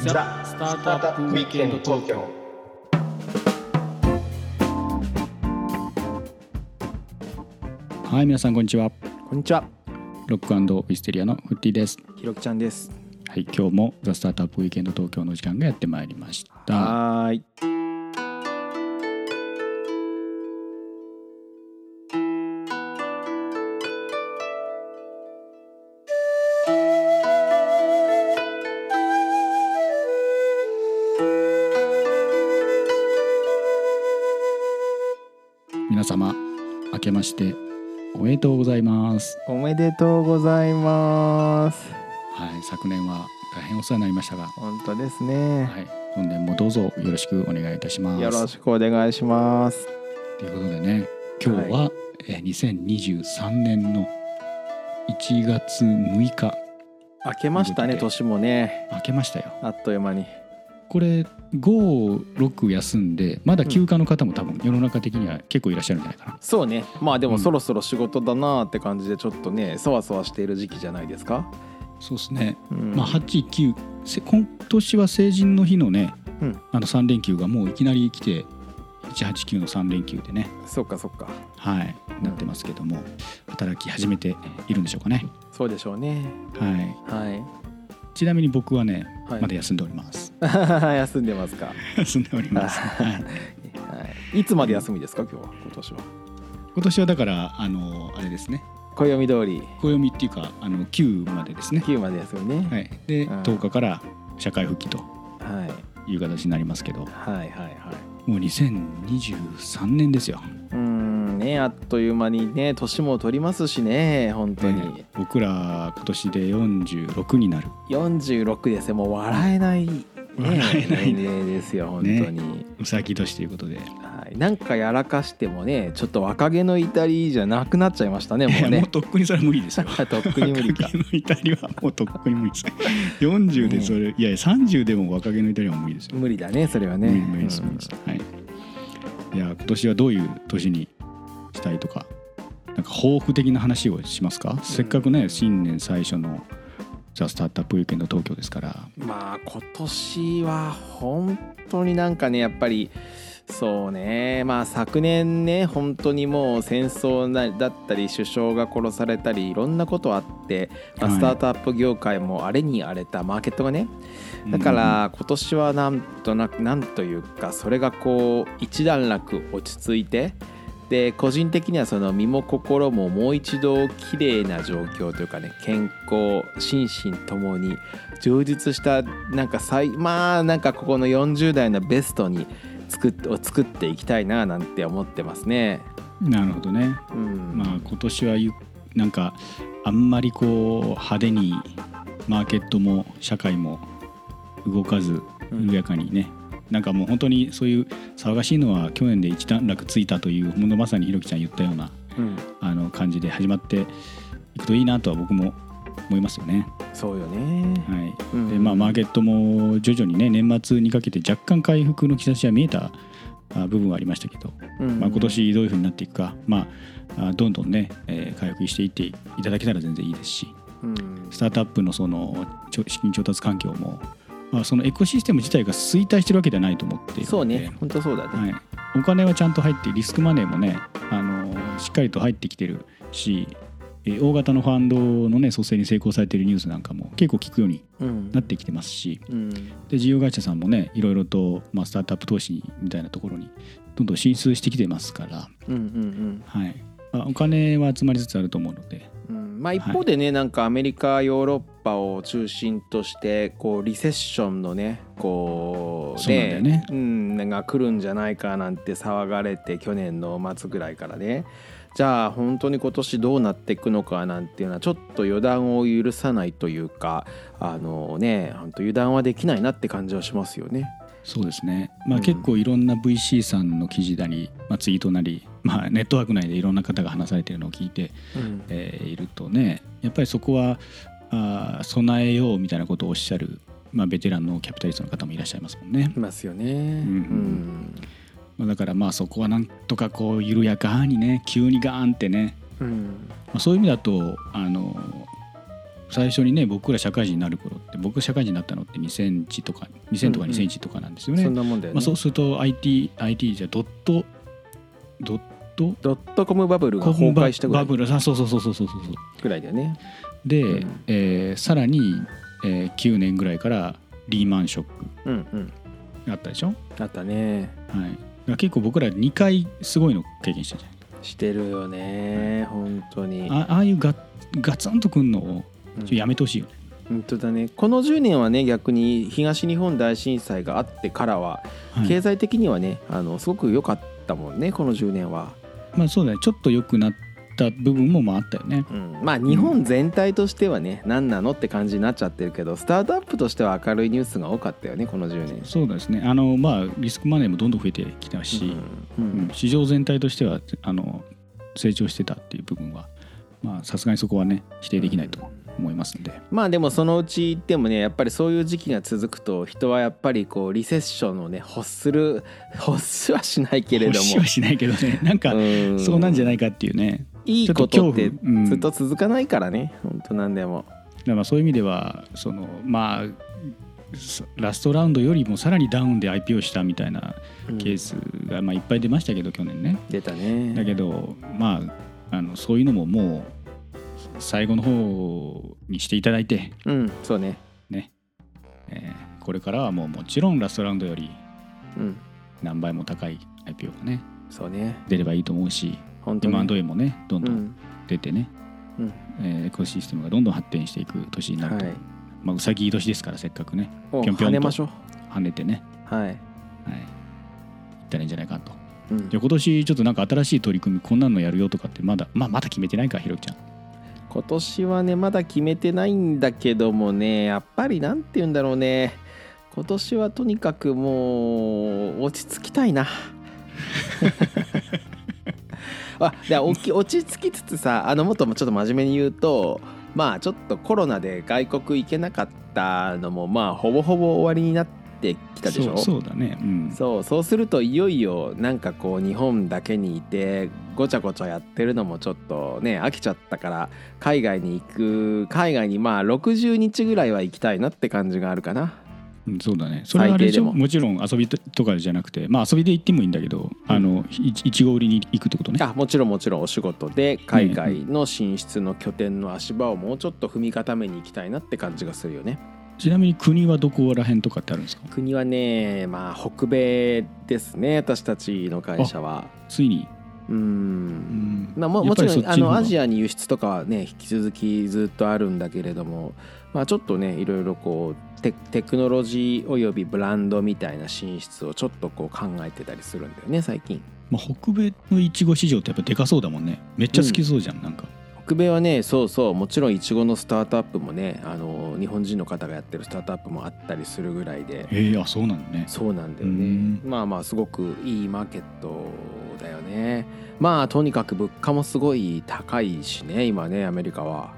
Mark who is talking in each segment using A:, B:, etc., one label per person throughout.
A: ザ・スタートアップウィークエンド東京
B: はい、皆さんこんにちは。
C: こんにちは、
B: ロックウィステリアのフッティです。
C: ひろきちゃんです。
B: はい、今日もザスタートアップウィーケンド東京の時間がやってまいりました。
C: はーい。
B: 皆様、明けましておめでとうございます。
C: おめでとうございます。
B: はい、昨年は大変お世話になりましたが、
C: 本当ですね。
B: はい、本年もどうぞよろしくお願いいたします。
C: よろしくお願いします。
B: ということでね、今日は、えー2023年の1月6日
C: 明けましたね、
B: ということで
C: 年もね。
B: 明けましたよ。
C: あっという間に。
B: これ5、6休んで、まだ休暇の方も多分世の中的には結構いらっしゃるんじゃないかな。
C: そうね。まあで
B: う
C: も
B: ん
C: そろそろ仕事だなーって感じでちょっとね、そわそわしている時期じゃないですか。
B: そうですね。
C: うん
B: まあ、8、9せ今年は成人の日のね、
C: うん
B: あの3連休がもういきなり来て189の3連休でね、
C: そっかそっか。
B: はい、なってますけども働き始めているんでしょうかね、
C: そうでしょうね。
B: はい、
C: はい。
B: ちなみに僕はね
C: はい
B: まだ休んでおります、
C: 休んでますか。
B: 休んでおります、はい、
C: はい。いつまで休みですか、今日は、今年は。
B: 今年はだからあのあれですね
C: 暦通り、
B: 暦っていうかあの9までですね、
C: 9まで休みね。
B: はい、で
C: うん
B: 10日から社会復帰と
C: はい。
B: いう形になりますけど
C: はいはいはい。
B: もう2023年ですよ
C: うーんねあっという間にね年も取りますしね本当に、
B: 僕ら今年で46になる
C: 46ですよもう笑えない、ね、
B: 笑えないね
C: 年齢ですよ本当に、
B: うさぎ年ということで、
C: はい、なんかやらかしてもねちょっと若気の至りじゃなくなっちゃいましたね
B: い
C: もう
B: や も
C: ね
B: うとっくにそれは無理ですよ
C: とっくに無理か
B: 若気の至りはもうとっくに無理です40でそれ、いやいや30でも若気の至りは無理ですよ、
C: 無理だねそれはね
B: 無理無理です
C: うん
B: 無理です、はいいや今年はどういう年にしたいとかなんか抱負的な話をしますか、せっかくね新年最初のザ・スタートアップウィークエンド東京ですから
C: まあ今年は本当になんかねやっぱりそうねまあ昨年ね本当にもう戦争なだったり首相が殺されたりいろんなことあって、まあ
B: はい
C: スタートアップ業界もあれに荒れたマーケットがねだから今年はなんとなくなんというかそれがこう一段落落ち着いてで個人的にはその身も心ももう一度綺麗な状況というかね健康心身ともに充実したなんか最まあなんかここの40代のベストに作ってを作っていきたいななんて思ってますね。
B: うんなるほどね
C: うん、
B: まあ、今年はゆなんかあんまりこう派手にマーケットも社会も動かず
C: うん
B: 緩やかにね、なんかもう本当にそういう騒がしいのは去年で一段落ついたというほんのまさにひろきちゃん言ったような
C: うん、
B: あの感じで始まっていくといいなとは僕も思いますよね。
C: そうよね。
B: はい
C: うん
B: でまあ、マーケットも徐々にね年末にかけて若干回復の兆しは見えたあ部分はありましたけど
C: うん
B: まあ、今年どういうふうになっていくか、まあ、あどんどんね、えー回復していっていただけたら全然いいですし
C: うん
B: スタートアップのそのちょ資金調達環境も、まあ、そのエコシステム自体が衰退してるわけではないと思っているので
C: そうね、本当そうだね。
B: はい、お金はちゃんと入ってリスクマネーもねあのしっかりと入ってきてるし、えー大型のファンドのね蘇生に成功されているニュースなんかも結構聞くように
C: うん
B: なってきてますし
C: うん
B: で事業会社さんもねいろいろと、まあ、スタートアップ投資みたいなところにどんどん進出してきてますから。
C: うんうん
B: はい、あお金は集まりつつあると思うので、
C: うんうんまあ一方でね、なんかアメリカヨーロッパを中心としてこうリセッションのねこう
B: そうなんだよね
C: うん、が来るんじゃないかなんて騒がれて去年の末ぐらいからねじゃあ本当に今年どうなっていくのかなんていうのはちょっと予断を許さないというかあのね本当油断はできないなって感じはしますよね。
B: そうですね、まあ、
C: うん
B: 結構いろんな VC さんの記事なり、まあ、ツイートなり、まあ、ネットワーク内でいろんな方が話されてるのを聞いて、
C: うん
B: えーいるとねやっぱりそこはあー備えようみたいなことをおっしゃる、まあ、ベテランのキャピタリストの方もいらっしゃいますもんね
C: い、ますよね。
B: うんまあ、だからまあそこはなんとかこう緩やかにね急にガーンってね、
C: うんうん
B: まあ、そういう意味だとあの最初にね僕ら社会人になる頃って僕社会人になったのって2センチとか2センとか
C: うんう
B: 2
C: ん
B: センチとかなんですよね。
C: そんなもんだよね、
B: まあ、そうすると IT, IT じゃドットドット
C: ドットコムバブルが崩壊したぐら
B: バ
C: い
B: ブルあそうそうそうそうそうそう
C: ぐらいだよね
B: で、
C: うん
B: えーさらに、えー9年ぐらいからリーマンショック
C: うんうん
B: があったでしょ、はい、
C: あったね
B: だから結構僕ら2回すごいの経験したじゃない
C: してるよね、本当に
B: あああいうガガツンとくんのをちょっとやめてほしいよね、
C: 本当だねこの10年はね逆に東日本大震災があってからは、
B: はい
C: 経済的にはねあのすごく良かったもんねこの10年は、
B: まあそうだねちょっと良くなった部分もまああったよね
C: うん、まあ日本全体としてはね、何なのって感じになっちゃってるけどスタートアップとしては明るいニュースが多かったよねこの10年
B: そうですねあのまあリスクマネーもどんどん増えてきたし、
C: うんう
B: うん
C: ん
B: 市場全体としてはあの成長してたっていう部分はまあさすがにそこはね否定できないと思いますんで、
C: まあでもそのうちでもねやっぱりそういう時期が続くと人はやっぱりこうリセッションをね欲する欲しはしないけれども
B: 欲しはしないけど ねなんか、
C: うん
B: そうなんじゃないかっていうね
C: いいことって
B: ちょっと恐怖うん
C: ずっと続かないからね、本当なんでも。
B: だからまあそういう意味ではそのまあそラストラウンドよりもさらにダウンで IPO したみたいな
C: うん
B: ケースが、まあ、いっぱい出ましたけど去年ね
C: 出たね。
B: だけどまああのそういうのももう最後の方にしていただいて、
C: うん、そうね。
B: ねえーこれからはもうもちろんラストラウンドより
C: うん、
B: 何倍も高い IPO がね
C: そうね。
B: 出ればいいと思うし
C: 本当に。
B: M&A もねどん
C: う
B: どん
C: ん、
B: 出てね、
C: うん、
B: えーエコシステムがどんどん発展していく年になると、
C: はい。
B: まあ、うさぎ年ですからせっかくね
C: お、
B: ぴょんぴょ
C: 跳
B: んと
C: ねましょう。
B: 跳ねてね、
C: はい。
B: はい、いったらいいんじゃないかと
C: うん
B: じゃあ今年ちょっとなんか新しい取り組みこんなのやるよとかってまだ、まあ、まだ決めてないかひろきちゃん
C: 今年はねまだ決めてないんだけどもねやっぱりなんて言うんだろうね今年はとにかくもう落ち着きたい な。あで落ち落ち着きつつさあのもっともちょっと真面目に言うとまあちょっとコロナで外国行けなかったのもまあほぼほぼ終わりになってきたでしょ
B: そうそうだねうん
C: そうそうするといよいよなんかこう日本だけにいてごちゃごちゃやってるのもちょっとね飽きちゃったから海外に行く海外にまあ60日ぐらいは行きたいなって感じがあるかな
B: うんそうだねそれはあれでしょ
C: 最低でも
B: もちろん遊びとかじゃなくてまあ遊びで行ってもいいんだけど、あのいいちご売りに行くってことね
C: あもちろんもちろんお仕事で海外の進出の拠点の足場をもうちょっと踏み固めに行きたいなって感じがするよね
B: ちなみに国はどこら辺とかってあるんですか
C: 国はねまあ北米ですね私たちの会社は
B: ついに、
C: う
B: うんん
C: まあ、ももちろんあのアジ
B: ア
C: アに輸出とかはね引き続きずっとあるんだけれども、まあ、ちょっとねいろいろこうテテクノロジーおよびブランドみたいな進出をちょっとこう考えてたりするんだよね最近
B: まあ、北米のいちご市場ってやっぱでかそうだもんねめっちゃ好きそうじゃん、なんか
C: 北米はねそうそうもちろんいちごのスタートアップもねあの日本人の方がやってるスタートアップもあったりするぐらいで
B: ええあそうなのね
C: そうなんだよ
B: うん
C: ねまあまあすごくいいマーケットだよねまあとにかく物価もすごい高いしね今ねアメリカは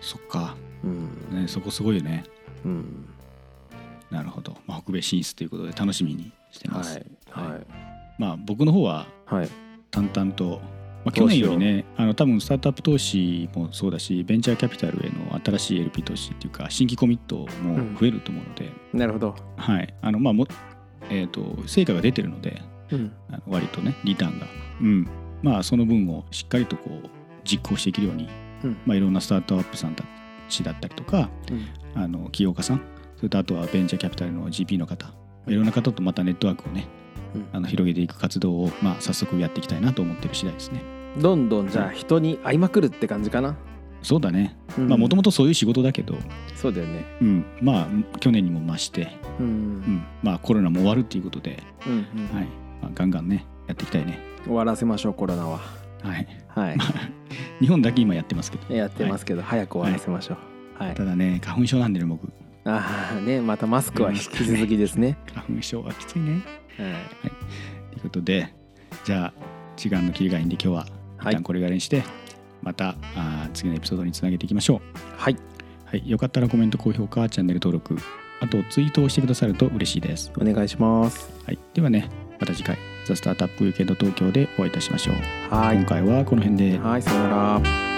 B: そっか、
C: うん
B: ね、そこすごいよね
C: うん
B: なるほど、まあ、北米進出ということで楽しみにして
C: は
B: ます、
C: いはい
B: まあ僕の方は
C: はい
B: 淡々と、まあ、去
C: どう
B: 年
C: し
B: よ
C: よう
B: りねあの多分スタートアップ投資もそうだしベンチャーキャピタルへの新しい LP 投資っていうか新規コミットも増えると思うので、
C: なるほど、
B: はいあのまあもえー、と成果が出てるので
C: うん、
B: あの割とねリターンが、うんまあ、その分をしっかりとこう実行していけるように、
C: うん
B: まあ、いろんなスタートアップさんたちだったりとかあの起業家さんそれとあとはベンチャーキャピタルの GP の方いろんな方とまたネットワークをね
C: うん
B: あの広げていく活動を、まあ、早速やっていきたいなと思ってる次第ですね。
C: どんどんじゃあ人に会いまくるって感じかな
B: そうだね
C: ま
B: まあもと
C: も
B: もとそういう仕事だけど、
C: とそうだよね
B: うん、まあ去年にも増して、
C: う
B: うんんまあ、コロナも終わるっていうことで、
C: うんうん
B: はいまあ、ガンガンねやっていきたいね。
C: 終わらせましょうコロナは
B: はい、
C: はい
B: 日本だけ今やってますけど
C: やってますけど早く終わらせましょうはい
B: ただね花粉症なんでね僕
C: ああねまたマスクは引き続きですね
B: 花粉症はきついね。
C: はい
B: ということでじゃあ時間の切りがいいんで今日は
C: は
B: 一
C: い
B: 旦これぐらいにして、またあー次のエピソードにつなげていきましょう。
C: はい
B: はい、よかったらコメント、高評価、チャンネル登録、あとツイートをしてくださると嬉しいです。
C: お願いします
B: はい、ではね、また次回、ザ・スタートアップウィーケンド東京でお会いいたしましょう。
C: は
B: 今
C: い
B: 回はこの辺で。
C: はいさよなら